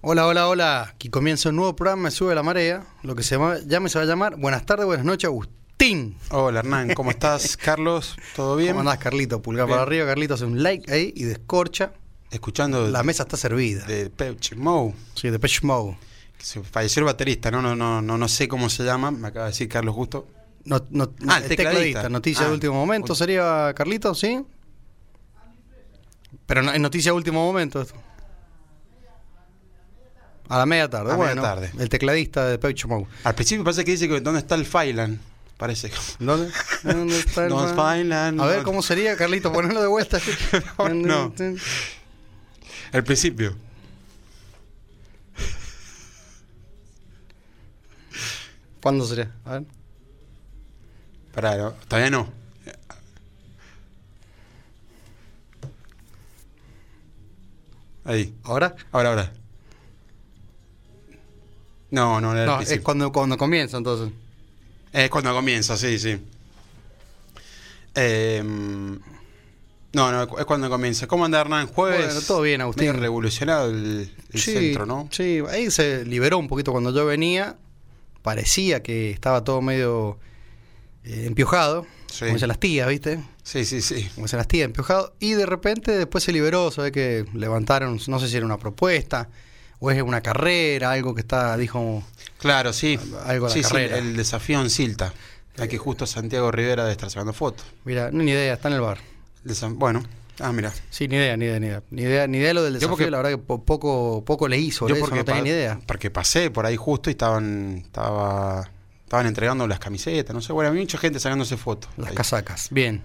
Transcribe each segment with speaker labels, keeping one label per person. Speaker 1: Hola, hola, hola. Aquí comienza un nuevo programa, me sube la marea. Lo que se llama- llame se va a llamar. Buenas tardes, buenas noches, Agustín.
Speaker 2: Hola Hernán, ¿cómo estás? Carlos, ¿todo bien?
Speaker 1: ¿Cómo andás, Carlito? Pulgar
Speaker 2: Bien.
Speaker 1: para arriba, Carlito hace un like ahí y descorcha.
Speaker 2: Escuchando
Speaker 1: La mesa está servida.
Speaker 2: de Pepsi Mode,
Speaker 1: Sí, de Pech Mode.
Speaker 2: que se falleció el baterista, no, no, no, no, no sé cómo se llama, me acaba de decir Carlos justo.
Speaker 1: No, no-
Speaker 2: Ah,
Speaker 1: el
Speaker 2: el
Speaker 1: tecladista.
Speaker 2: tecladista.
Speaker 1: Noticia
Speaker 2: Ah.
Speaker 1: de último momento sería, Carlito, ¿sí? Pero no- en noticia de último momento esto. A la media tarde,
Speaker 2: A media
Speaker 1: bueno.
Speaker 2: tarde.
Speaker 1: El tecladista de Pech Mode.
Speaker 2: Al principio parece que dice que dónde está el Failand, parece.
Speaker 1: ¿Dónde? ¿Dónde está el
Speaker 2: No,
Speaker 1: man?
Speaker 2: Finland,
Speaker 1: A ver,
Speaker 2: no.
Speaker 1: ¿cómo sería, Carlito? Ponerlo de vuelta.
Speaker 2: No. Al principio.
Speaker 1: ¿Cuándo sería? A ver.
Speaker 2: Pará, no, todavía no. Ahí,
Speaker 1: ¿Ahora?
Speaker 2: ahora, ahora. No, no, no era
Speaker 1: No,
Speaker 2: al
Speaker 1: es
Speaker 2: principio.
Speaker 1: cuando, cuando comienza, entonces.
Speaker 2: Es cuando comienza, sí, sí. Em, no, no, es cuando comienza. ¿Cómo anda Hernán? Jueves.
Speaker 1: Bueno, todo bien, Agustín.
Speaker 2: medio revolucionado el, el centro, ¿no?
Speaker 1: Sí, ahí se liberó un poquito cuando yo venía. Parecía que estaba todo medio eh, empiojado.
Speaker 2: Sí.
Speaker 1: Como dicen las tías, ¿viste?
Speaker 2: Sí, sí, sí.
Speaker 1: Como dicen las tías, empiojado. Y de repente después se liberó, ¿sabes? Que levantaron, no sé si era una propuesta o es una carrera, algo que está, dijo.
Speaker 2: Claro, sí.
Speaker 1: Algo a la
Speaker 2: sí, sí,
Speaker 1: carrera.
Speaker 2: el desafío en Silta. La que justo Santiago Rivera debe estar sacando fotos.
Speaker 1: Mira, ni idea, está en el bar.
Speaker 2: De San- Bueno, ah, mira.
Speaker 1: Sí, ni idea, ni idea, ni idea. Ni idea, ni idea lo del
Speaker 2: Yo
Speaker 1: desafío,
Speaker 2: porque-
Speaker 1: la verdad que po- poco, poco leí sobre eso, no tenía
Speaker 2: pa-
Speaker 1: ni idea.
Speaker 2: porque pasé por ahí justo y estaban, estaba, estaban entregando las camisetas, no sé. Bueno, había mucha gente sacándose fotos.
Speaker 1: Las
Speaker 2: ahí.
Speaker 1: casacas, bien.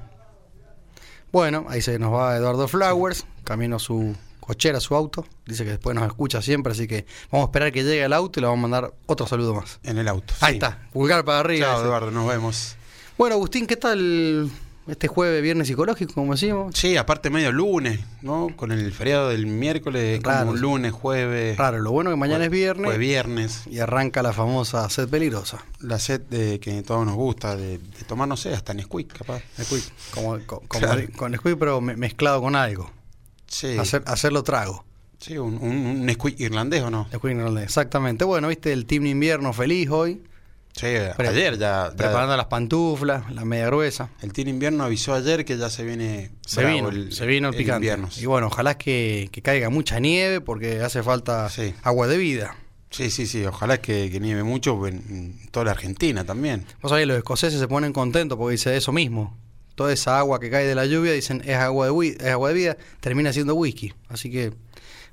Speaker 1: Bueno, ahí se nos va Eduardo Flowers, camino a su cochera, a su auto. Dice que después nos escucha siempre, así que vamos a esperar que llegue el auto y le vamos a mandar otro saludo más.
Speaker 2: En el auto.
Speaker 1: Ahí
Speaker 2: sí.
Speaker 1: está, pulgar para arriba.
Speaker 2: Chao,
Speaker 1: dice.
Speaker 2: Eduardo, nos vemos.
Speaker 1: Bueno, Agustín, ¿qué tal este jueves, viernes psicológico, como decimos?
Speaker 2: Sí, aparte medio lunes, ¿no? Con el feriado del miércoles,
Speaker 1: Raro,
Speaker 2: como
Speaker 1: sí.
Speaker 2: lunes, jueves.
Speaker 1: Raro, lo bueno que mañana es viernes
Speaker 2: Jueves, viernes.
Speaker 1: y arranca la famosa sed peligrosa.
Speaker 2: La sed de que todos nos gusta, de, de tomar, no sé, hasta Nesquik, capaz.
Speaker 1: Nesquik, como, co- como
Speaker 2: Claro.
Speaker 1: con Nesquik, pero me- mezclado con algo.
Speaker 2: Sí,
Speaker 1: Hacer- hacerlo trago.
Speaker 2: sí un, un, un Nesquik irlandés, ¿o no?
Speaker 1: La Queen Irlandés, Exactamente. Bueno, viste el team de invierno feliz hoy.
Speaker 2: Sí,
Speaker 1: Pre-
Speaker 2: ayer ya, ya-
Speaker 1: Preparando las pantuflas, la media gruesa.
Speaker 2: El Team Invierno avisó ayer que ya se viene
Speaker 1: Se
Speaker 2: bravo
Speaker 1: vino, se vino el, picante.
Speaker 2: invierno.
Speaker 1: Y bueno, ojalá que, que caiga mucha nieve porque hace falta
Speaker 2: Sí.
Speaker 1: agua de vida.
Speaker 2: Sí, sí, sí, ojalá que, que nieve mucho en, en toda la Argentina también.
Speaker 1: Vos sabés, los escoceses se ponen contentos porque dice eso mismo. Toda esa agua que cae de la lluvia, dicen, es agua de, wi- es agua de vida, termina siendo whisky. Así que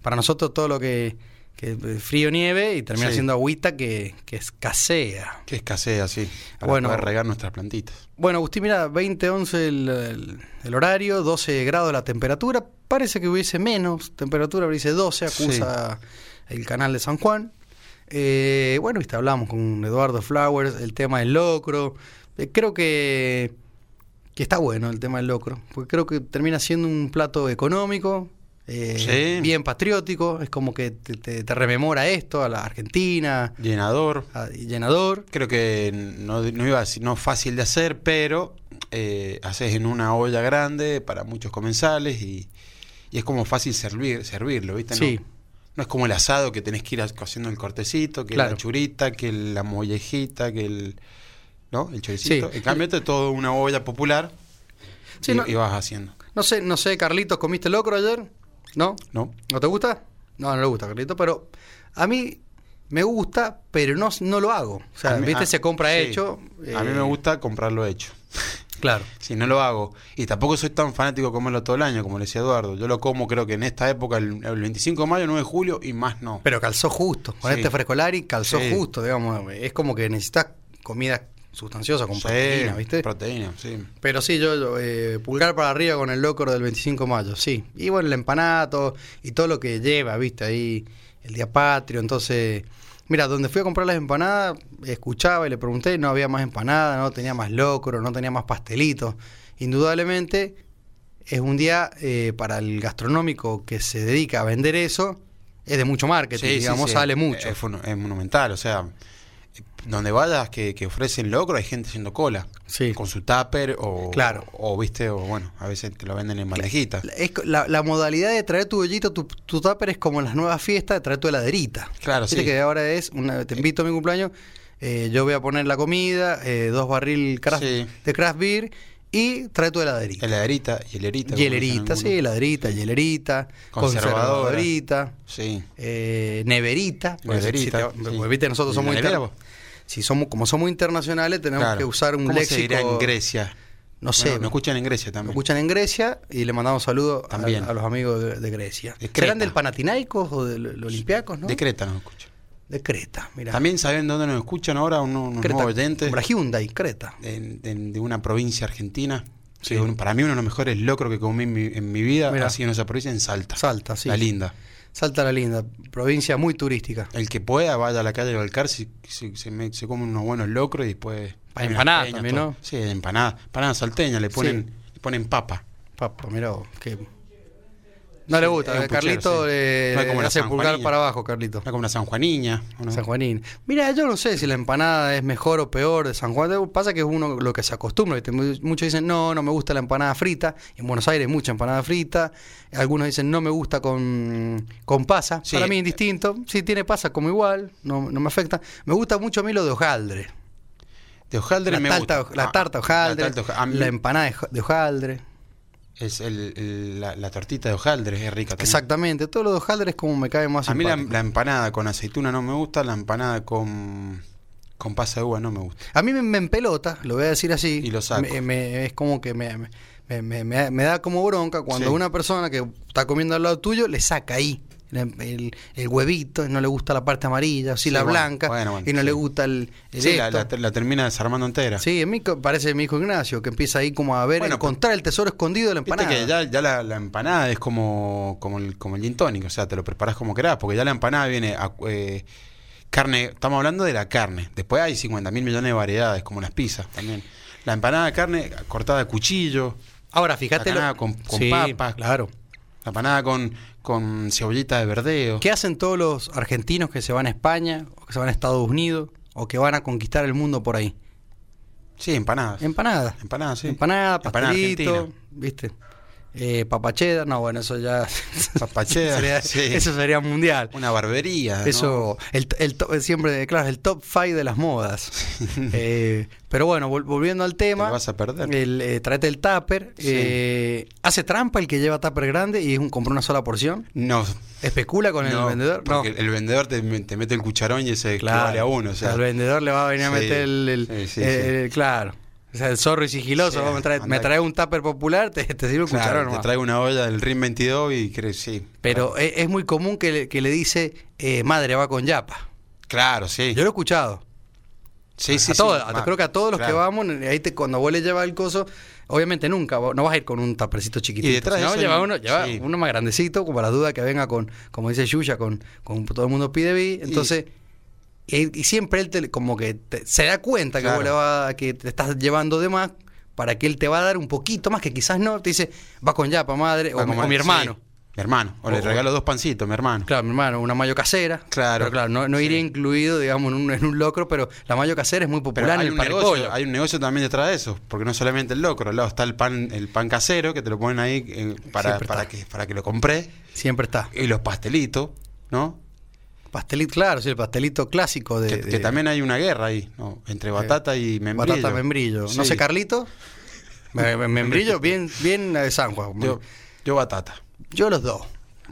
Speaker 1: para nosotros todo lo que, que eh, frío nieve y termina
Speaker 2: Sí.
Speaker 1: siendo agüita que, que escasea.
Speaker 2: Que escasea, así, para
Speaker 1: Bueno.
Speaker 2: poder regar nuestras plantitas.
Speaker 1: Bueno, Agustín, mira, 20, 11 el, el- el horario, 12 grados la temperatura. Parece que hubiese menos temperatura, pero dice 12, acusa el canal de San Juan. Eh, bueno, viste, hablamos con Eduardo Flowers, el tema del locro. Eh, creo que, que está bueno el tema del locro, porque creo que termina siendo un plato económico, eh,
Speaker 2: Sí.
Speaker 1: bien patriótico. Es como que te, te- te rememora esto, a la Argentina,
Speaker 2: Llenador.
Speaker 1: a- y llenador.
Speaker 2: Creo que no, no iba a decir, no fácil de hacer, pero eh, haces en una olla grande para muchos comensales y, y es como fácil servir, servirlo, ¿viste? Este No-
Speaker 1: Sí.
Speaker 2: No, es como el asado que tenés que ir haciendo el cortecito, que
Speaker 1: Claro.
Speaker 2: la churita, que la mollejita, que el. ¿No? El choricito.
Speaker 1: Sí.
Speaker 2: En cambio, te todo una olla popular
Speaker 1: Sí,
Speaker 2: y,
Speaker 1: no-
Speaker 2: y vas haciendo,
Speaker 1: No sé, no sé, Carlitos, ¿comiste locro ayer? ¿No?
Speaker 2: ¿no?
Speaker 1: ¿No te gusta? No, no le gusta, Carlitos, pero a mí me gusta, pero no, no lo hago. O sea,
Speaker 2: A mí-
Speaker 1: viste,
Speaker 2: a-
Speaker 1: se compra
Speaker 2: sí.
Speaker 1: hecho.
Speaker 2: A mí
Speaker 1: eh,
Speaker 2: me gusta comprarlo hecho.
Speaker 1: Claro.
Speaker 2: Si no lo hago. Y tampoco soy tan fanático de comerlo todo el año, como le decía Eduardo. Yo lo como creo que en esta época, el, el 25 de mayo, 9 de julio y más no.
Speaker 1: Pero calzó justo. Con
Speaker 2: Sí.
Speaker 1: este frescolari calzó
Speaker 2: Sí.
Speaker 1: justo, digamos. Es como que necesitas comida sustanciosa con
Speaker 2: Sí,
Speaker 1: proteína, ¿viste?
Speaker 2: Proteína, sí.
Speaker 1: Pero sí, yo, yo, eh, pulgar para arriba con el locro del 25 de mayo, sí. Y bueno, el empanato y todo lo que lleva, viste, ahí el día patrio. Entonces, mira, donde fui a comprar las empanadas, escuchaba y le pregunté, no había más empanada, no tenía más locro, no tenía más pastelitos. Indudablemente es un día eh, para el gastronómico que se dedica a vender eso, es de mucho marketing,
Speaker 2: Sí, sí,
Speaker 1: digamos,
Speaker 2: sí, Eh,
Speaker 1: sale
Speaker 2: es-
Speaker 1: mucho.
Speaker 2: Es, funu- es monumental, o sea, donde vayas que, que ofrecen locro, hay gente haciendo cola.
Speaker 1: Sí.
Speaker 2: Con su tupper o,
Speaker 1: Claro.
Speaker 2: o, viste, o bueno, a veces te lo venden en bandejita.
Speaker 1: Es co- la, la modalidad de traer tu bollito, tu, tu tupper es como en las nuevas fiestas de traer tu heladerita.
Speaker 2: Claro,
Speaker 1: Viste
Speaker 2: sí.
Speaker 1: que ahora es, una, te invito a mi cumpleaños, eh, yo voy a poner la comida, eh, dos barril craft-
Speaker 2: Sí.
Speaker 1: de craft beer y trae tu heladerita.
Speaker 2: Heladerita, hielerita. como
Speaker 1: Hielerita,
Speaker 2: dicen
Speaker 1: sí,
Speaker 2: algunos.
Speaker 1: heladerita, hielerita,
Speaker 2: Conservadora.
Speaker 1: conservadorita,
Speaker 2: Sí.
Speaker 1: eh, neverita. porque si- si
Speaker 2: Heladerita,
Speaker 1: te- porque,
Speaker 2: sí.
Speaker 1: viste, nosotros somos
Speaker 2: ¿Heladera
Speaker 1: interna-
Speaker 2: vos?
Speaker 1: Si somos, como somos internacionales, tenemos
Speaker 2: Claro.
Speaker 1: que usar un
Speaker 2: ¿Cómo
Speaker 1: léxico.
Speaker 2: se dirá en Grecia?
Speaker 1: No sé.
Speaker 2: Bueno, nos escuchan en Grecia
Speaker 1: Lo
Speaker 2: también.
Speaker 1: escuchan en Grecia y le mandamos saludos a-
Speaker 2: También.
Speaker 1: A, los amigos de, de Grecia.
Speaker 2: De Creta.
Speaker 1: ¿Serán del Panathinaikos o de los Olympiacos, no?
Speaker 2: De Creta nos escuchan.
Speaker 1: De Creta, mira.
Speaker 2: También saben dónde nos escuchan ahora unos, unos nuevos oyentes
Speaker 1: Compra Hyundai, Creta.
Speaker 2: en- en- de una provincia argentina.
Speaker 1: Sí.
Speaker 2: Que un- para mí uno de los mejores locros que comí en mi, en mi vida
Speaker 1: Mirá.
Speaker 2: ha sido en esa provincia en Salta.
Speaker 1: Salta, sí.
Speaker 2: La linda. Eh.
Speaker 1: Salta la linda, provincia muy turística.
Speaker 2: El que pueda vaya a la calle Balcar, si, si- se, me- se come unos buenos locros y después...
Speaker 1: Hay empanadas
Speaker 2: peñas,
Speaker 1: también,
Speaker 2: todo.
Speaker 1: ¿no?
Speaker 2: Sí, empanadas. Empanadas salteñas, le ponen, le ponen papa.
Speaker 1: Papá, mirá vos, que... No
Speaker 2: Sí,
Speaker 1: le
Speaker 2: es
Speaker 1: gusta, eh,
Speaker 2: un
Speaker 1: Carlito
Speaker 2: puchero, sí.
Speaker 1: le,
Speaker 2: No es como
Speaker 1: le
Speaker 2: la
Speaker 1: hace
Speaker 2: San
Speaker 1: pulgar
Speaker 2: Juanina.
Speaker 1: para abajo, Carlito.
Speaker 2: Era como una sanjuanina. ¿o no?
Speaker 1: San Juanín. Mira, yo no sé si la empanada es mejor o peor de San Juan. Pasa que es uno lo que se acostumbra. ¿viste? Mu- Muchos dicen, no, no me gusta la empanada frita. En Buenos Aires hay mucha empanada frita. Algunos dicen, no me gusta con, con pasa.
Speaker 2: Sí.
Speaker 1: Para mí es distinto. Si tiene pasa, como igual. No, no me afecta. Me gusta mucho a mí lo de hojaldre.
Speaker 2: De hojaldre
Speaker 1: La,
Speaker 2: me
Speaker 1: tarta,
Speaker 2: gusta.
Speaker 1: la
Speaker 2: Ah,
Speaker 1: tarta hojaldre.
Speaker 2: La,
Speaker 1: La, em-
Speaker 2: tarta hoja- a mí
Speaker 1: empanada de ho- de hojaldre.
Speaker 2: es el- el- la, la tortita de hojaldre es rica también.
Speaker 1: Exactamente. Todo lo de hojaldre es como me cae más
Speaker 2: A mí la,
Speaker 1: simpático.
Speaker 2: la empanada con aceituna no me gusta, la empanada con, con pasa de uva no me gusta.
Speaker 1: A mí me, me empelota, lo voy a decir así.
Speaker 2: Y lo saco.
Speaker 1: Me- me- es como que me, me- me- me- me da como bronca cuando
Speaker 2: Sí.
Speaker 1: una persona que está comiendo al lado tuyo le saca ahí la- el, el huevito, y no le gusta la parte amarilla, o sí,
Speaker 2: Sí,
Speaker 1: la
Speaker 2: bueno,
Speaker 1: blanca,
Speaker 2: bueno, bueno,
Speaker 1: y no
Speaker 2: sí.
Speaker 1: le gusta el, el
Speaker 2: Sí, la,
Speaker 1: esto.
Speaker 2: la- la termina desarmando entera.
Speaker 1: Sí, a mí co- parece mi hijo Ignacio, que empieza ahí como a ver,
Speaker 2: Bueno,
Speaker 1: encontrar el tesoro escondido de la
Speaker 2: Viste
Speaker 1: empanada.
Speaker 2: que ya, ya la, la empanada es como, como, el, como el gin tonic, o sea, te lo preparas como querás, porque ya la empanada viene a, eh, carne, estamos hablando de la carne, después hay 50 mil millones de variedades, como las pizzas también. La empanada de carne cortada a cuchillo,
Speaker 1: Ahora, fíjate. lo-
Speaker 2: la empanada con- con
Speaker 1: Sí,
Speaker 2: papas.
Speaker 1: Claro.
Speaker 2: la empanada con, con cebollita de verdeo.
Speaker 1: ¿Qué hacen todos los argentinos que se van a España, o que se van a Estados Unidos, o que van a conquistar el mundo por ahí?
Speaker 2: Sí, empanadas.
Speaker 1: Empanadas.
Speaker 2: empanadas, sí.
Speaker 1: Em- Empanada,
Speaker 2: Empanada
Speaker 1: pastelito,
Speaker 2: argentina.
Speaker 1: ¿viste? Eh, papacheda, no, bueno, eso ya.
Speaker 2: Papacheda,
Speaker 1: sería-
Speaker 2: sí.
Speaker 1: Eso sería mundial.
Speaker 2: Una barbería. ¿no?
Speaker 1: Eso, el, el top- siempre, claro, el top 5 de las modas. Eh, pero bueno, vol- volviendo al tema.
Speaker 2: Te lo vas a perder.
Speaker 1: El, eh, traete el tupper.
Speaker 2: Sí.
Speaker 1: eh, ¿Hace trampa el que lleva tupper grande y es un compró una sola porción?
Speaker 2: No.
Speaker 1: ¿Especula con el
Speaker 2: no,
Speaker 1: vendedor? No.
Speaker 2: Porque el vendedor te, te mete el cucharón y ese
Speaker 1: Claro.
Speaker 2: equivale a uno. O sea,
Speaker 1: al vendedor le va a venir a
Speaker 2: Sí,
Speaker 1: meter el. el- eh,
Speaker 2: sí, sí,
Speaker 1: el- claro. O sea, el zorro y sigiloso.
Speaker 2: Sí,
Speaker 1: vos me traes
Speaker 2: anda-
Speaker 1: me traes un tupper popular, te, te sirve un
Speaker 2: claro,
Speaker 1: cucharón.
Speaker 2: te
Speaker 1: nomás.
Speaker 2: trae una olla del RIM 22 y crees, sí.
Speaker 1: Pero e- es, muy común que le, que le dice, eh, madre, va con yapa.
Speaker 2: Claro, sí.
Speaker 1: Yo lo he escuchado.
Speaker 2: sí, sí,
Speaker 1: a todos,
Speaker 2: sí,
Speaker 1: a-
Speaker 2: va.
Speaker 1: creo que a todos los
Speaker 2: Claro.
Speaker 1: que vamos, ahí te- cuando vos le llevas el coso, obviamente nunca, vos no vas a ir con un tapercito chiquitito.
Speaker 2: Y detrás
Speaker 1: sino
Speaker 2: de eso
Speaker 1: lleva
Speaker 2: hay-
Speaker 1: uno, lleva
Speaker 2: sí.
Speaker 1: uno más grandecito, como para la duda que venga con, como dice Yuya, con, con todo el mundo pide vi. Entonces, y, y siempre él te- como que te- se da cuenta que
Speaker 2: Claro.
Speaker 1: vos le vas- que te estás llevando de más para que él te va a dar un poquito más, que quizás no, te dice, va con yapa, madre, o,
Speaker 2: Va Ah, como-
Speaker 1: o mi
Speaker 2: sí,
Speaker 1: hermano.
Speaker 2: mi hermano. O, le
Speaker 1: O-
Speaker 2: regalo dos pancitos, mi hermano.
Speaker 1: Claro, mi hermano, una mayo casera.
Speaker 2: Claro.
Speaker 1: Pero claro, no, no iría incluido, digamos, en un, en un locro, pero la mayo casera es muy
Speaker 2: Pero
Speaker 1: popular
Speaker 2: hay
Speaker 1: en
Speaker 2: un,
Speaker 1: el
Speaker 2: negocio,
Speaker 1: parripollo.
Speaker 2: hay un negocio también detrás de eso, porque no solamente el locro, al lado está el pan, el pan casero que te lo ponen ahí eh, para,
Speaker 1: Siempre
Speaker 2: para
Speaker 1: está.
Speaker 2: que, para que lo compres,
Speaker 1: Siempre está.
Speaker 2: y los pastelitos, ¿no?
Speaker 1: Pastelito, claro, sí, el pastelito clásico de.
Speaker 2: que, que
Speaker 1: de-
Speaker 2: también hay una guerra ahí, ¿no? Entre batata y membrillo.
Speaker 1: Batata membrillo. No
Speaker 2: Sí.
Speaker 1: sé, Carlito. Me- me- Membrillo, bien, bien de San Juan.
Speaker 2: Yo, yo batata.
Speaker 1: Yo los dos.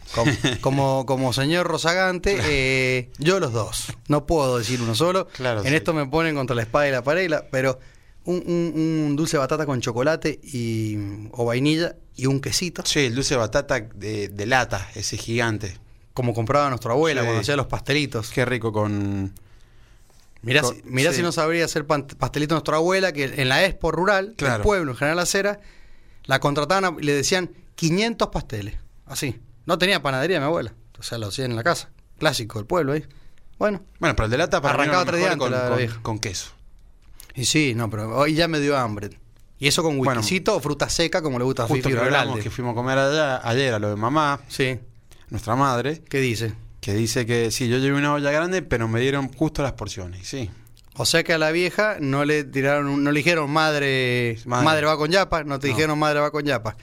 Speaker 1: Como, como, como señor Rosagante, eh, yo los dos. No puedo decir uno solo.
Speaker 2: Claro,
Speaker 1: en
Speaker 2: sí.
Speaker 1: esto me ponen contra la espada y la pared, y la- pero un, un- un dulce de batata con chocolate y, o vainilla y un quesito,
Speaker 2: Sí, el dulce de batata de, de lata, ese gigante.
Speaker 1: como compraba nuestra abuela
Speaker 2: Sí.
Speaker 1: cuando hacía los pastelitos.
Speaker 2: Qué rico con...
Speaker 1: Mirá,
Speaker 2: Con-
Speaker 1: si, mirá
Speaker 2: sí.
Speaker 1: si no sabría hacer pan- pastelito nuestra abuela, que en la expo rural, el
Speaker 2: Claro.
Speaker 1: pueblo, en General Acera, la contrataban a- y le decían 500 pasteles. Así. No tenía panadería mi abuela. O sea, lo hacían en la casa. Clásico del pueblo ahí. Bueno.
Speaker 2: Bueno, pero el de lata para mí
Speaker 1: Arrancaba
Speaker 2: era lo
Speaker 1: tres días
Speaker 2: mejor
Speaker 1: antes la
Speaker 2: con,
Speaker 1: vieja.
Speaker 2: con, con queso.
Speaker 1: Y sí, no, pero hoy ya me dio hambre. Y eso con
Speaker 2: Bueno.
Speaker 1: whiskycito o fruta seca, como le gusta a
Speaker 2: Justo
Speaker 1: Fifi
Speaker 2: que hablamos
Speaker 1: Urolalde.
Speaker 2: que fuimos a comer allá, ayer a lo de mamá,
Speaker 1: Sí.
Speaker 2: nuestra madre,
Speaker 1: ¿Qué dice?
Speaker 2: que dice que sí, yo llevé una olla grande, pero me dieron justo las porciones. Y Sí,
Speaker 1: O sea que a la vieja no le tiraron, un- no le dijeron madre, madre,
Speaker 2: Madre.
Speaker 1: va con yapa, no te
Speaker 2: No.
Speaker 1: dijeron madre va con yapa.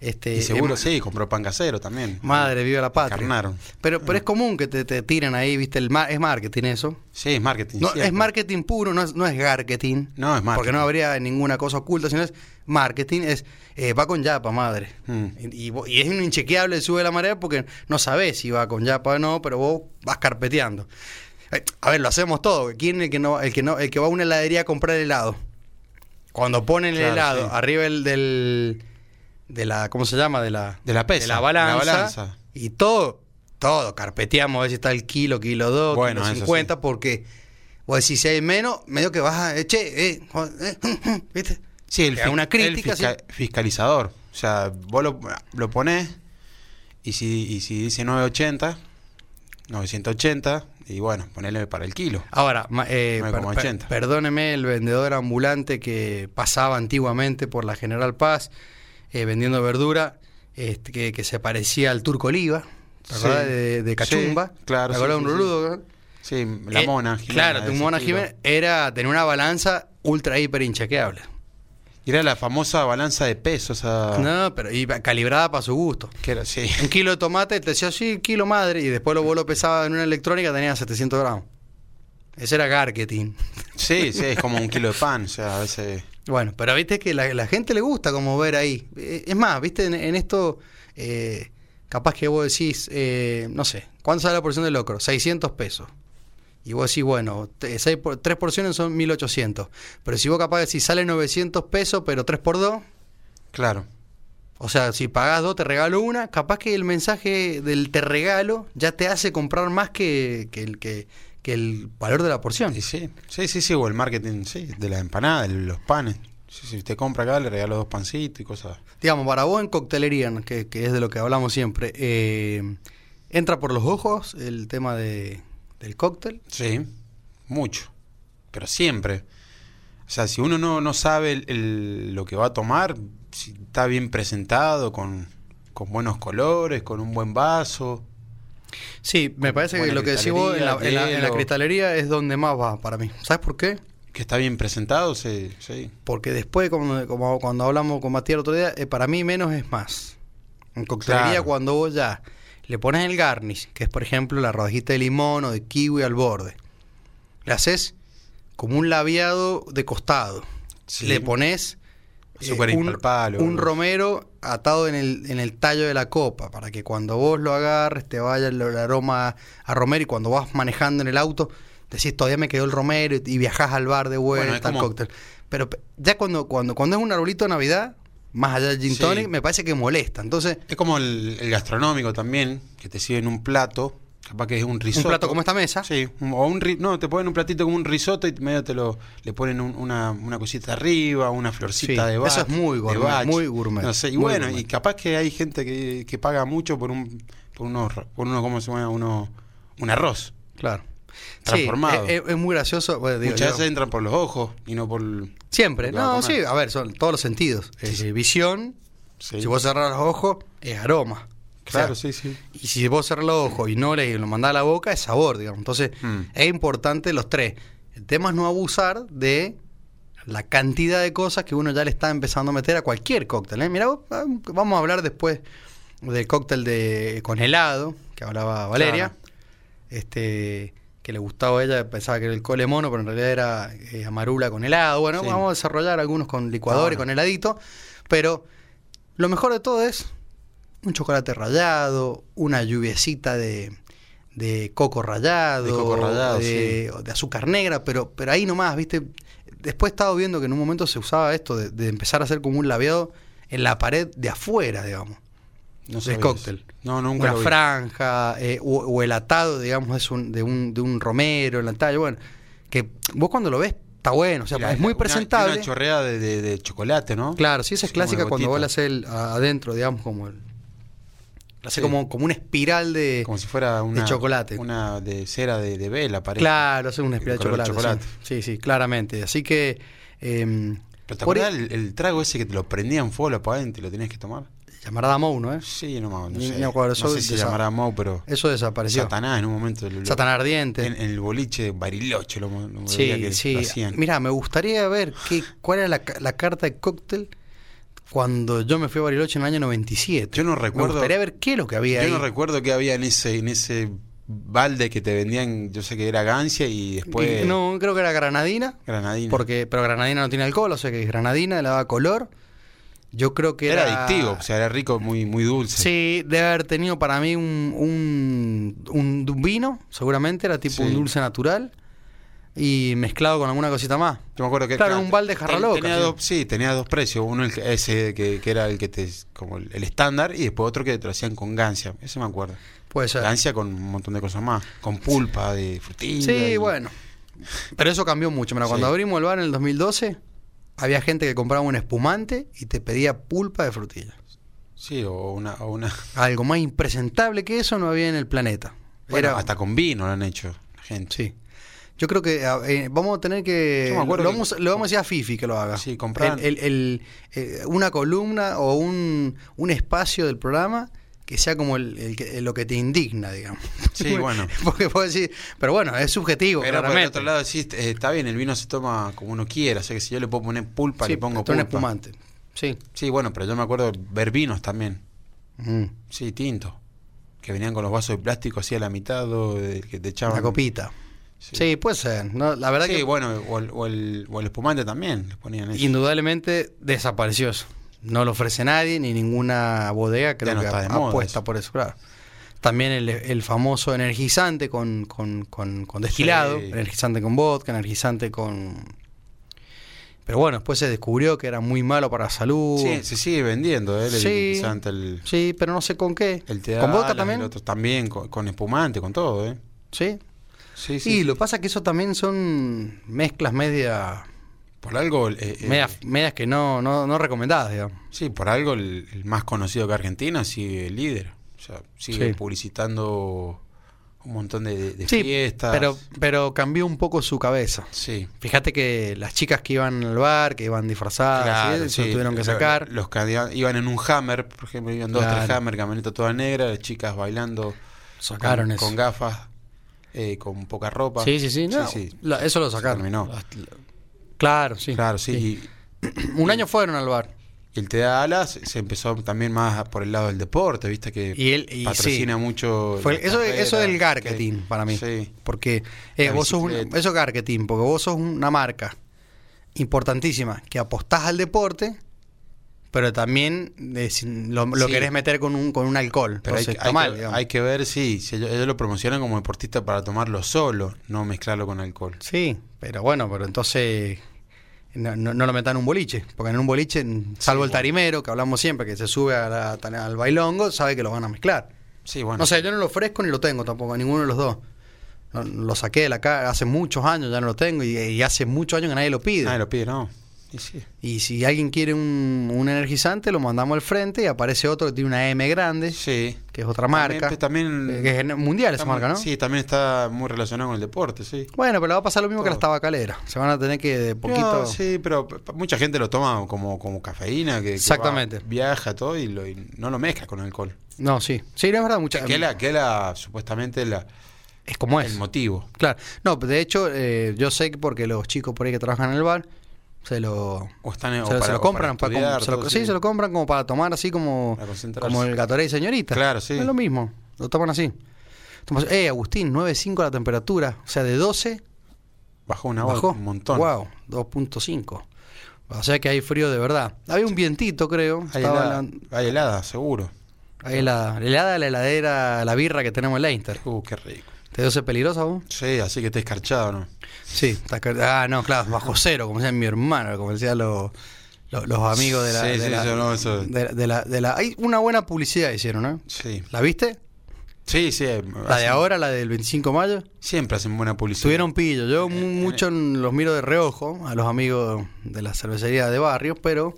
Speaker 1: Este,
Speaker 2: y seguro
Speaker 1: em-
Speaker 2: sí, compró pan casero también.
Speaker 1: Madre, viva la patria.
Speaker 2: Encarnaron.
Speaker 1: Pero, pero es común que te, te tiren ahí, ¿viste? El ma- es marketing eso.
Speaker 2: Sí, es marketing.
Speaker 1: No,
Speaker 2: siempre.
Speaker 1: es marketing puro, no es, no es garketing.
Speaker 2: No, es marketing.
Speaker 1: Porque no habría ninguna cosa oculta, sino es marketing, es eh, va con yapa, madre.
Speaker 2: Mm.
Speaker 1: Y, y vo- y es un inchequeable el sube la marea porque no sabés si va con yapa o no, pero vos vas carpeteando. Eh, A ver, lo hacemos todo. ¿Quién es el que no, el que no, el que va a una heladería a comprar helado? Cuando ponen el
Speaker 2: Claro,
Speaker 1: helado
Speaker 2: sí.
Speaker 1: arriba el del de la ¿cómo se llama? De la
Speaker 2: De la pesa,
Speaker 1: de la
Speaker 2: la
Speaker 1: balanza,
Speaker 2: balanza.
Speaker 1: y todo todo carpeteamos a ver si está el kilo, kilo dos,
Speaker 2: Bueno,
Speaker 1: kilo
Speaker 2: eso sí.
Speaker 1: 50 porque o si hay menos, medio que baja, eh, che, eh, jo- eh, ¿viste?
Speaker 2: Sí, el,
Speaker 1: Que haga
Speaker 2: fi-
Speaker 1: una
Speaker 2: el
Speaker 1: crítica,
Speaker 2: fisca- fiscalizador. O sea, vos lo, lo pones y si, y si dice 980, 980, y bueno, ponele para el kilo.
Speaker 1: Ahora, ma- eh, per-
Speaker 2: 9,80.
Speaker 1: per- perdóneme el vendedor ambulante que pasaba antiguamente por la General Paz eh, vendiendo verdura, este, que, que se parecía al turco oliva, ¿te
Speaker 2: Sí.
Speaker 1: acordás? De, de Cachumba,
Speaker 2: Sí, claro,
Speaker 1: ¿te acordás
Speaker 2: sí,
Speaker 1: de un
Speaker 2: sí, sí.
Speaker 1: boludo?
Speaker 2: Sí, la
Speaker 1: Eh,
Speaker 2: mona. Jimena,
Speaker 1: Claro,
Speaker 2: de
Speaker 1: tu
Speaker 2: ese
Speaker 1: mona
Speaker 2: estilo.
Speaker 1: Jiménez era tener una balanza ultra hiper inchequeable.
Speaker 2: Y era la famosa balanza de pesos. esa-
Speaker 1: No, pero iba calibrada para su gusto.
Speaker 2: que era- sí.
Speaker 1: Un kilo de tomate te decía, sí, kilo madre, y después lo vos lo pesabas en una electrónica, tenía 700 gramos. Ese era marketing.
Speaker 2: sí, sí, es como un kilo de pan. O sea, a veces.
Speaker 1: Bueno, pero viste que la, la gente le gusta como ver ahí. Eh, Es más, viste, en, en esto, eh, capaz que vos decís, eh, no sé, ¿cuánto sale la porción de locro? 600 pesos. Y vos decís, bueno, te- seis por- tres porciones son 1800. Pero si vos capaz decís, sale 900 pesos, pero 3 por 2,
Speaker 2: Claro.
Speaker 1: o sea, si pagás dos, te regalo una, capaz que el mensaje del te regalo ya te hace comprar más que, que el, que, que el valor de la porción.
Speaker 2: Y sí, sí, sí, sí, o el marketing, sí, de la empanada, de los panes. Sí, si usted compra acá, le regalo dos pancitos y cosas.
Speaker 1: Digamos, para vos en coctelería, ¿no? que, que es de lo que hablamos siempre, eh, entra por los ojos el tema de, del cóctel.
Speaker 2: Sí, mucho. Pero siempre. O sea, si uno no, no sabe el- el- lo que va a tomar, si está bien presentado, con, con buenos colores, con un buen vaso.
Speaker 1: Sí, me
Speaker 2: Con
Speaker 1: parece que
Speaker 2: buena
Speaker 1: lo que decís vos en la, en la- en la
Speaker 2: cristalería,
Speaker 1: cristalería es donde más va para mí. ¿Sabes por qué?
Speaker 2: Que está bien presentado, sí. sí.
Speaker 1: Porque después, como, como cuando hablamos con Matías el otro día, eh, para mí menos es más. En coctelería,
Speaker 2: Claro.
Speaker 1: cuando vos ya le pones el garnish, que es por ejemplo la rodajita de limón o de kiwi al borde, le haces como un labiado de costado.
Speaker 2: Sí.
Speaker 1: Le pones eh,
Speaker 2: Azúcar
Speaker 1: un,
Speaker 2: impalpable,
Speaker 1: un
Speaker 2: boludo.
Speaker 1: romero atado en el, en el tallo de la copa para que cuando vos lo agarres te vaya el, el aroma a romero y cuando vas manejando en el auto decís todavía me quedó el romero y, y viajás al bar de vuelta
Speaker 2: Bueno, es
Speaker 1: al
Speaker 2: como-
Speaker 1: cóctel. Pero pe- ya cuando, cuando, cuando es un arbolito de Navidad, más allá del gin
Speaker 2: Sí.
Speaker 1: tonic, me parece que molesta. Entonces,
Speaker 2: Es como el, el gastronómico también, que te sirven un plato, capaz que es un risotto.
Speaker 1: un plato como esta mesa,
Speaker 2: Sí, un- o un ri- no, te ponen un platito como un risotto y medio te lo le ponen un- una, una cosita arriba, una florcita
Speaker 1: Sí,
Speaker 2: de bach.
Speaker 1: eso es muy
Speaker 2: de
Speaker 1: gourmet,
Speaker 2: bach.
Speaker 1: muy gourmet,
Speaker 2: No sé, y
Speaker 1: muy
Speaker 2: bueno,
Speaker 1: gourmet.
Speaker 2: y capaz que hay gente que, que paga mucho por un por unos por uno cómo se llama, uno un arroz.
Speaker 1: claro. Sí,
Speaker 2: Transformado.
Speaker 1: es, es- es muy gracioso. bueno, digo,
Speaker 2: Muchas
Speaker 1: digo-
Speaker 2: veces entran por los ojos y no por el-
Speaker 1: Siempre,
Speaker 2: lo que va a
Speaker 1: no,
Speaker 2: comer.
Speaker 1: sí, a ver, son todos los sentidos.
Speaker 2: Sí, sí.
Speaker 1: Eh, Visión,
Speaker 2: sí.
Speaker 1: si vos cerrás los ojos, es aroma. O sea,
Speaker 2: Claro, sí, sí.
Speaker 1: Y si vos cerrás los ojos y no le lo mandás a la boca, es sabor, digamos. Entonces,
Speaker 2: Mm.
Speaker 1: es importante los tres. El tema es no abusar de la cantidad de cosas que uno ya le está empezando a meter a cualquier cóctel. ¿eh? Mirá, vos, ah, vamos a hablar después del cóctel de con helado, que hablaba Valeria.
Speaker 2: Claro.
Speaker 1: Este que le gustaba a ella, pensaba que era el cole mono, pero en realidad era eh, amarula con helado. Bueno,
Speaker 2: Sí.
Speaker 1: vamos a desarrollar algunos con licuadores,
Speaker 2: Ah,
Speaker 1: con
Speaker 2: bueno.
Speaker 1: heladito, pero lo mejor de todo es un chocolate rallado, una lluviecita de, de coco rallado,
Speaker 2: De coco rallado,
Speaker 1: de, de azúcar negra, pero, pero ahí nomás, ¿viste? Después he estado viendo que en un momento se usaba esto de, de empezar a hacer como un labiado en la pared de afuera, digamos.
Speaker 2: No
Speaker 1: del
Speaker 2: sabía
Speaker 1: cóctel.
Speaker 2: eso. No, nunca
Speaker 1: una
Speaker 2: lo vi.
Speaker 1: franja eh, o, o el atado, digamos, es un, de, un, de un romero en la talla. Bueno, que vos cuando lo ves está bueno, o sea,
Speaker 2: Mira,
Speaker 1: es muy
Speaker 2: una-
Speaker 1: presentable.
Speaker 2: Una chorreada de, de- de chocolate, ¿no?
Speaker 1: Claro, sí, esa es
Speaker 2: Sí, como
Speaker 1: clásica
Speaker 2: de
Speaker 1: cuando
Speaker 2: gotita.
Speaker 1: vos la haces el- a- adentro, digamos, como el. La haces
Speaker 2: Sí.
Speaker 1: como, como una espiral de.
Speaker 2: Como si fuera una
Speaker 1: chocolate.
Speaker 2: una de cera de, de vela, parece.
Speaker 1: claro, haces una espiral de
Speaker 2: de color
Speaker 1: chocolate.
Speaker 2: chocolate.
Speaker 1: Sí. sí, sí, claramente. Así que. em,
Speaker 2: ¿Pero te
Speaker 1: por e-
Speaker 2: acordás
Speaker 1: ahí-
Speaker 2: el, el trago ese que te lo prendían fuego, lo apagaban y te lo tenías que tomar?
Speaker 1: Llamará Mou, ¿no es?
Speaker 2: Sí, no, me- no
Speaker 1: Ni-
Speaker 2: sé.
Speaker 1: ni me acuerdo,
Speaker 2: no
Speaker 1: eso
Speaker 2: sé si
Speaker 1: desa-
Speaker 2: llamará Mau, pero
Speaker 1: Eso desapareció. Satán,
Speaker 2: Satanás en un momento. lo- lo-
Speaker 1: Ardiente.
Speaker 2: en, en el boliche de Bariloche lo, lo- lo veía
Speaker 1: sí,
Speaker 2: que
Speaker 1: sí.
Speaker 2: lo hacían.
Speaker 1: Mira, me gustaría ver qué, cuál era la, ca- la carta de cóctel cuando yo me fui a Bariloche en el año 97.
Speaker 2: Yo no
Speaker 1: Me
Speaker 2: recuerdo-
Speaker 1: gustaría ver qué es lo que había
Speaker 2: Yo
Speaker 1: ahí.
Speaker 2: no recuerdo que había en ese, en ese balde que te vendían, yo sé que era gancia y después
Speaker 1: Y- no, creo que era granadina.
Speaker 2: pues. granadina.
Speaker 1: Porque, pero granadina no tiene alcohol, o sea que es granadina, le daba color. Yo creo que
Speaker 2: era,
Speaker 1: era.
Speaker 2: adictivo, o sea, era rico, muy, muy dulce.
Speaker 1: Sí, debe haber tenido para mí un, un, un- un vino, seguramente, era tipo
Speaker 2: Sí.
Speaker 1: un dulce natural y mezclado con alguna cosita más.
Speaker 2: Yo me acuerdo que
Speaker 1: Claro, un balde jarra
Speaker 2: ten-
Speaker 1: loca,
Speaker 2: Tenía
Speaker 1: sí.
Speaker 2: dos, sí, tenía dos precios. Uno el que- ese que, que era el que te como el el estándar y después otro que te lo hacían con gancia. Ese me acuerdo.
Speaker 1: Puede ser.
Speaker 2: Gancia con un montón de cosas más, con pulpa de frutilla.
Speaker 1: Sí,
Speaker 2: y-
Speaker 1: bueno. Pero eso cambió mucho. Mira, cuando
Speaker 2: Sí.
Speaker 1: abrimos el bar en el 2012, había gente que compraba un espumante y te pedía pulpa de frutilla.
Speaker 2: Sí, o una, o una
Speaker 1: Algo más impresentable que eso no había en el planeta.
Speaker 2: bueno,
Speaker 1: Era-
Speaker 2: hasta con vino lo han hecho la gente.
Speaker 1: Sí. Yo creo que a- eh, vamos a tener que.
Speaker 2: Yo me acuerdo
Speaker 1: lo,
Speaker 2: que-
Speaker 1: vamos, lo vamos a decir a Fifi que lo haga.
Speaker 2: Sí, comprar-
Speaker 1: El- el- el, eh, una columna o un, un espacio del programa que sea como el, el que- lo que te indigna, digamos.
Speaker 2: Sí, bueno.
Speaker 1: Porque puedo decir. Pero bueno, es subjetivo.
Speaker 2: Pero por el
Speaker 1: claramente.
Speaker 2: otro lado decís, eh, está bien, el vino se toma como uno quiera, o sea que si yo le puedo poner pulpa,
Speaker 1: Sí,
Speaker 2: le pongo
Speaker 1: está un
Speaker 2: pulpa.
Speaker 1: espumante. Sí.
Speaker 2: Sí, bueno, pero yo me acuerdo ver vinos también,
Speaker 1: Mm.
Speaker 2: sí, tinto, que venían con los vasos de plástico así a la mitad, o de- que te echaban.
Speaker 1: Una copita. Sí,
Speaker 2: Sí,
Speaker 1: puede ser. No, la verdad
Speaker 2: Sí,
Speaker 1: que
Speaker 2: bueno, o el, o el- o el espumante también le ponían eso.
Speaker 1: indudablemente desapareció eso. No lo ofrece nadie, ni ninguna bodega creo
Speaker 2: no
Speaker 1: que
Speaker 2: está de
Speaker 1: ap-
Speaker 2: moda
Speaker 1: apuesta
Speaker 2: eso.
Speaker 1: por eso, claro. También el, el famoso energizante con, con- con- con destilado,
Speaker 2: Sí.
Speaker 1: energizante con vodka, energizante con... Pero bueno, después se descubrió que era muy malo para la salud.
Speaker 2: Sí, se sigue vendiendo, ¿eh? El
Speaker 1: Sí.
Speaker 2: energizante, el,
Speaker 1: Sí, pero no sé con qué.
Speaker 2: el te da
Speaker 1: ¿Con vodka
Speaker 2: alas,
Speaker 1: también?
Speaker 2: el otro también, con, con espumante, con todo, ¿eh?
Speaker 1: Sí.
Speaker 2: Sí,
Speaker 1: y
Speaker 2: sí.
Speaker 1: lo pasa que eso también son mezclas media,
Speaker 2: Por algo. eh, eh,
Speaker 1: medias, medias que no, no, no recomendadas, digamos.
Speaker 2: Sí, por algo el, el más conocido que Argentina sigue líder. O sea, sigue
Speaker 1: Sí.
Speaker 2: publicitando un montón de, de- de
Speaker 1: Sí,
Speaker 2: fiestas.
Speaker 1: pero, pero cambió un poco su cabeza.
Speaker 2: Sí.
Speaker 1: Fíjate que las chicas que iban al bar, que iban disfrazadas,
Speaker 2: Claro,
Speaker 1: Ah, ¿sí? se
Speaker 2: sí.
Speaker 1: lo tuvieron que
Speaker 2: Lo-
Speaker 1: sacar.
Speaker 2: Los que iban- iban en un hammer, por ejemplo, iban dos,
Speaker 1: Claro.
Speaker 2: tres hammer, camioneta toda negra, las chicas bailando con-
Speaker 1: sacaron
Speaker 2: con,
Speaker 1: eso.
Speaker 2: gafas, eh, con poca ropa.
Speaker 1: sí, sí, sí. no,
Speaker 2: Sí, sí.
Speaker 1: la- eso lo
Speaker 2: Se
Speaker 1: sacaron.
Speaker 2: terminó.
Speaker 1: Claro, sí.
Speaker 2: Claro, sí. y-
Speaker 1: Un año fueron al bar.
Speaker 2: Y el Te da alas se empezó también más por el lado del deporte, viste que
Speaker 1: Y él- y
Speaker 2: patrocina
Speaker 1: sí.
Speaker 2: mucho.
Speaker 1: Fue-
Speaker 2: la
Speaker 1: eso,
Speaker 2: carrera,
Speaker 1: eso es el
Speaker 2: que-
Speaker 1: marketing para mí.
Speaker 2: Sí.
Speaker 1: Porque eh,
Speaker 2: La
Speaker 1: vos sos un-
Speaker 2: bicicleta.
Speaker 1: eso es marketing, porque vos sos una marca importantísima que apostás al deporte, pero también eh, sin- lo, lo
Speaker 2: Sí.
Speaker 1: querés meter con un, con un alcohol.
Speaker 2: Pero hay,
Speaker 1: Entonces,
Speaker 2: que-
Speaker 1: está
Speaker 2: hay
Speaker 1: mal,
Speaker 2: que,
Speaker 1: digamos.
Speaker 2: hay que ver, sí, si ellos, ellos lo promocionan como deportista para tomarlo solo, no mezclarlo con alcohol.
Speaker 1: Sí, pero bueno, pero entonces no, no- no lo metan en un boliche, porque en un boliche, n- salvo el
Speaker 2: bueno.
Speaker 1: tarimero, que hablamos siempre, que se sube a la- al bailongo, sabe que lo van a mezclar.
Speaker 2: Sí, bueno.
Speaker 1: No sé, yo no lo ofrezco ni lo tengo tampoco, ninguno de los dos. No- lo saqué de la cara hace muchos años, ya no lo tengo, y, y hace muchos años que nadie lo pide.
Speaker 2: nadie lo pide, no. Y sí.
Speaker 1: Y si alguien quiere un, un energizante, lo mandamos al frente y aparece otro que tiene una M grande,
Speaker 2: Sí.
Speaker 1: que es otra
Speaker 2: También-
Speaker 1: marca.
Speaker 2: pero también-
Speaker 1: eh, que es mundial esa
Speaker 2: Está muy-
Speaker 1: marca, ¿no?
Speaker 2: Sí, también está muy relacionado con el deporte, sí.
Speaker 1: Bueno, pero va a pasar lo mismo que las
Speaker 2: Todo.
Speaker 1: tabacaleras. Se van a tener que de poquito.
Speaker 2: No, sí, pero p- p- mucha gente lo toma como, como cafeína, que, que va,
Speaker 1: Exactamente.
Speaker 2: viaja todo y, lo- y no lo mezcla con alcohol.
Speaker 1: No, sí. Sí, no es verdad, mucha,
Speaker 2: Que la, que la supuestamente la,
Speaker 1: es como
Speaker 2: el
Speaker 1: Em, es.
Speaker 2: motivo.
Speaker 1: Claro. No, de hecho, eh, yo sé que porque los chicos por ahí que trabajan en el bar se lo,
Speaker 2: Eh, O están
Speaker 1: se, lo- se lo compran. para com- se lo-
Speaker 2: todo,
Speaker 1: sí, se lo compran como para tomar así como,
Speaker 2: Para concentrarse.
Speaker 1: como el Gatorade señorita.
Speaker 2: Claro, sí.
Speaker 1: Es lo mismo. Lo toman así. Tomas- eh, Agustín, 9.5 la temperatura. O sea, de 12
Speaker 2: Bajó una
Speaker 1: bajó.
Speaker 2: un montón.
Speaker 1: Wow, 2.5. O sea que hay frío de verdad. Había un vientito, creo.
Speaker 2: Hay,
Speaker 1: Estaba
Speaker 2: helada,
Speaker 1: la-
Speaker 2: hay helada, seguro.
Speaker 1: ahí la, la helada de la heladera, la birra que tenemos en la Inter.
Speaker 2: Uh, qué rico.
Speaker 1: ¿Te dio ese peligroso vos?
Speaker 2: Sí, así que está escarchado, ¿no?
Speaker 1: Sí, está car- ah, no, claro, bajo cero, como decían mi hermano, como decían los, los, los amigos de la.
Speaker 2: Sí,
Speaker 1: de
Speaker 2: sí,
Speaker 1: la-
Speaker 2: eso no, eso-
Speaker 1: De, de la, de la- Hay una buena publicidad, hicieron, ¿eh?
Speaker 2: Sí.
Speaker 1: ¿La viste?
Speaker 2: Sí, Ah, sí. eh,
Speaker 1: La de ahora, la del 25 de mayo.
Speaker 2: Siempre hacen buena publicidad.
Speaker 1: Estuvieron pillo.
Speaker 2: Eh,
Speaker 1: Yo mu- mucho los miro de reojo a los amigos de la cervecería de barrio, pero,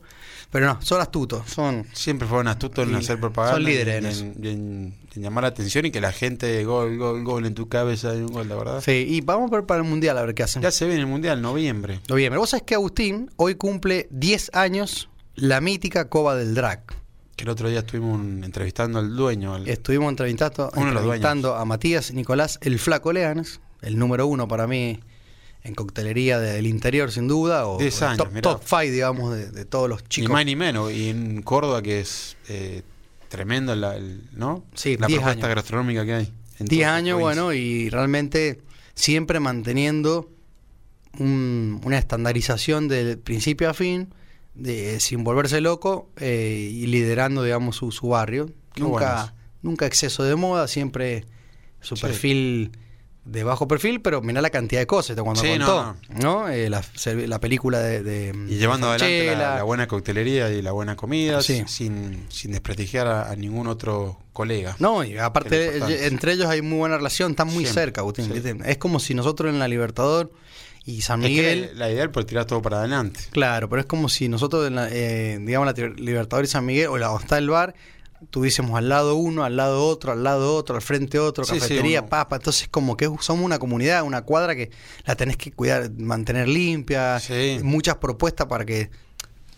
Speaker 1: pero no, son astutos, son.
Speaker 2: Siempre fueron astutos en
Speaker 1: Y
Speaker 2: hacer propaganda.
Speaker 1: son líderes
Speaker 2: y
Speaker 1: en
Speaker 2: en, y en- en llamar la atención y que la gente, gol, gol, gol en tu cabeza, hay un gol, la verdad.
Speaker 1: Sí, y vamos a ver para el mundial a ver qué hacen.
Speaker 2: Ya se ve en el Mundial, noviembre.
Speaker 1: Noviembre. Vos sabés que Agustín hoy cumple 10 años la mítica Coba del Drag.
Speaker 2: Que el otro día estuvimos un- entrevistando al dueño. al-
Speaker 1: Estuvimos entrevistando,
Speaker 2: Uno de los
Speaker 1: entrevistando a Matías Nicolás El Flaco Leanes, el número uno para mí en coctelería del interior, sin duda, o
Speaker 2: Diez
Speaker 1: o
Speaker 2: años,
Speaker 1: top,
Speaker 2: mirá.
Speaker 1: top five, digamos, de, de todos los
Speaker 2: ni
Speaker 1: chicos.
Speaker 2: más ni menos. Y en Córdoba, que es eh, tremendo la, el- ¿no?
Speaker 1: Sí,
Speaker 2: la
Speaker 1: 10
Speaker 2: propuesta
Speaker 1: años.
Speaker 2: gastronómica que hay. en
Speaker 1: 10
Speaker 2: todas las
Speaker 1: años,
Speaker 2: provincias.
Speaker 1: bueno, y realmente siempre manteniendo un- una estandarización del principio a fin, de, sin volverse loco eh, y liderando, digamos, su, su barrio.
Speaker 2: Qué buenas.
Speaker 1: Nunca, nunca exceso de moda, siempre su
Speaker 2: Sí.
Speaker 1: perfil de bajo perfil, pero mirá la cantidad de cosas, te cuando
Speaker 2: Sí, no,
Speaker 1: contó, ¿no? Eh, la, se- la película de, de-
Speaker 2: Y llevando adelante
Speaker 1: Franchella.
Speaker 2: la, la buena coctelería y la buena comida
Speaker 1: Sí.
Speaker 2: sin, sin desprestigiar a, a ningún otro colega.
Speaker 1: No, y
Speaker 2: Que lo
Speaker 1: aparte,
Speaker 2: importante.
Speaker 1: eh, entre ellos hay muy buena relación, están muy
Speaker 2: Siempre,
Speaker 1: cerca, Agustín.
Speaker 2: sí.
Speaker 1: ¿viste? Es como si nosotros en la Libertador y San
Speaker 2: Es que
Speaker 1: Miguel.
Speaker 2: la, la idea es por tirar todo para adelante.
Speaker 1: Claro, pero es como si nosotros, en la, eh, digamos, la Tri- Libertadores San Miguel o la donde está el bar, tuviésemos al lado uno, al lado otro, al lado otro, al frente otro,
Speaker 2: Sí, sí,
Speaker 1: cafetería,
Speaker 2: uno-
Speaker 1: papa. Entonces, como que somos una comunidad, una cuadra que la tenés que cuidar, mantener limpia,
Speaker 2: Sí.
Speaker 1: muchas propuestas para que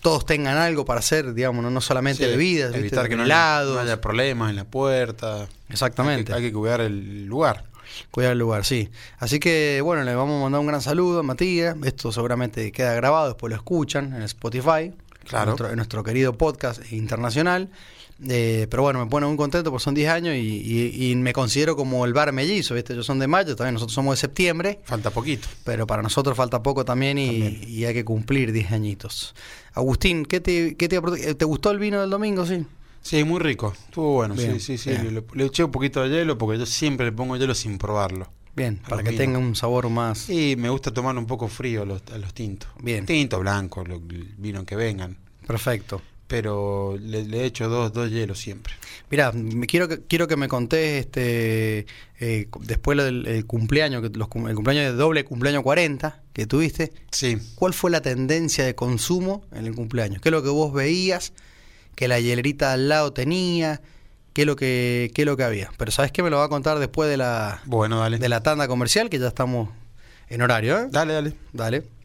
Speaker 1: todos tengan algo para hacer, digamos, no, no solamente
Speaker 2: Sí,
Speaker 1: bebidas, ¿viste?
Speaker 2: evitar que no haya,
Speaker 1: helados.
Speaker 2: no haya problemas en la puerta. Hay
Speaker 1: Exactamente.
Speaker 2: que, hay que cuidar el lugar.
Speaker 1: Cuidar el lugar, sí. Así que, bueno, le vamos a mandar un gran saludo a Matías. Esto seguramente queda grabado, después lo escuchan en Spotify.
Speaker 2: Claro.
Speaker 1: En nuestro, en nuestro querido podcast internacional. Eh, pero bueno, me pone muy contento porque son 10 años y, y- y me considero como el bar mellizo, ¿viste? Ellos son de mayo, también nosotros somos de septiembre,
Speaker 2: Falta poquito.
Speaker 1: pero para nosotros falta poco también y,
Speaker 2: También.
Speaker 1: y hay que cumplir 10 añitos. Agustín, ¿qué te, qué te, iba a preguntar? ¿Te gustó el vino del domingo, sí?
Speaker 2: Sí, muy rico. Estuvo bueno.
Speaker 1: Bien,
Speaker 2: sí, sí, sí.
Speaker 1: bien.
Speaker 2: Le, le eché un poquito de hielo porque yo siempre le pongo hielo sin probarlo.
Speaker 1: Bien,
Speaker 2: A
Speaker 1: para
Speaker 2: los
Speaker 1: que
Speaker 2: vinos.
Speaker 1: tenga un sabor más...
Speaker 2: Y me gusta tomar un poco frío los, a los tintos.
Speaker 1: Bien.
Speaker 2: Tinto, blanco, lo- el vino que vengan.
Speaker 1: Perfecto.
Speaker 2: Pero le, le echo dos, dos hielos siempre.
Speaker 1: Mira, me quiero que, quiero que me contés este eh, cu- después lo del el cumpleaños, que los, cum- el cumpleaños de doble cumpleaños 40 que tuviste,
Speaker 2: Sí.
Speaker 1: ¿cuál fue la tendencia de consumo en el cumpleaños? ¿Qué es lo que vos veías que la hielerita al lado tenía? ¿Qué es lo que qué es lo que había? Pero sabes que me lo va a contar después de la
Speaker 2: Bueno, dale.
Speaker 1: de la tanda comercial que ya estamos en horario, ¿eh?
Speaker 2: Dale, dale.
Speaker 1: Dale.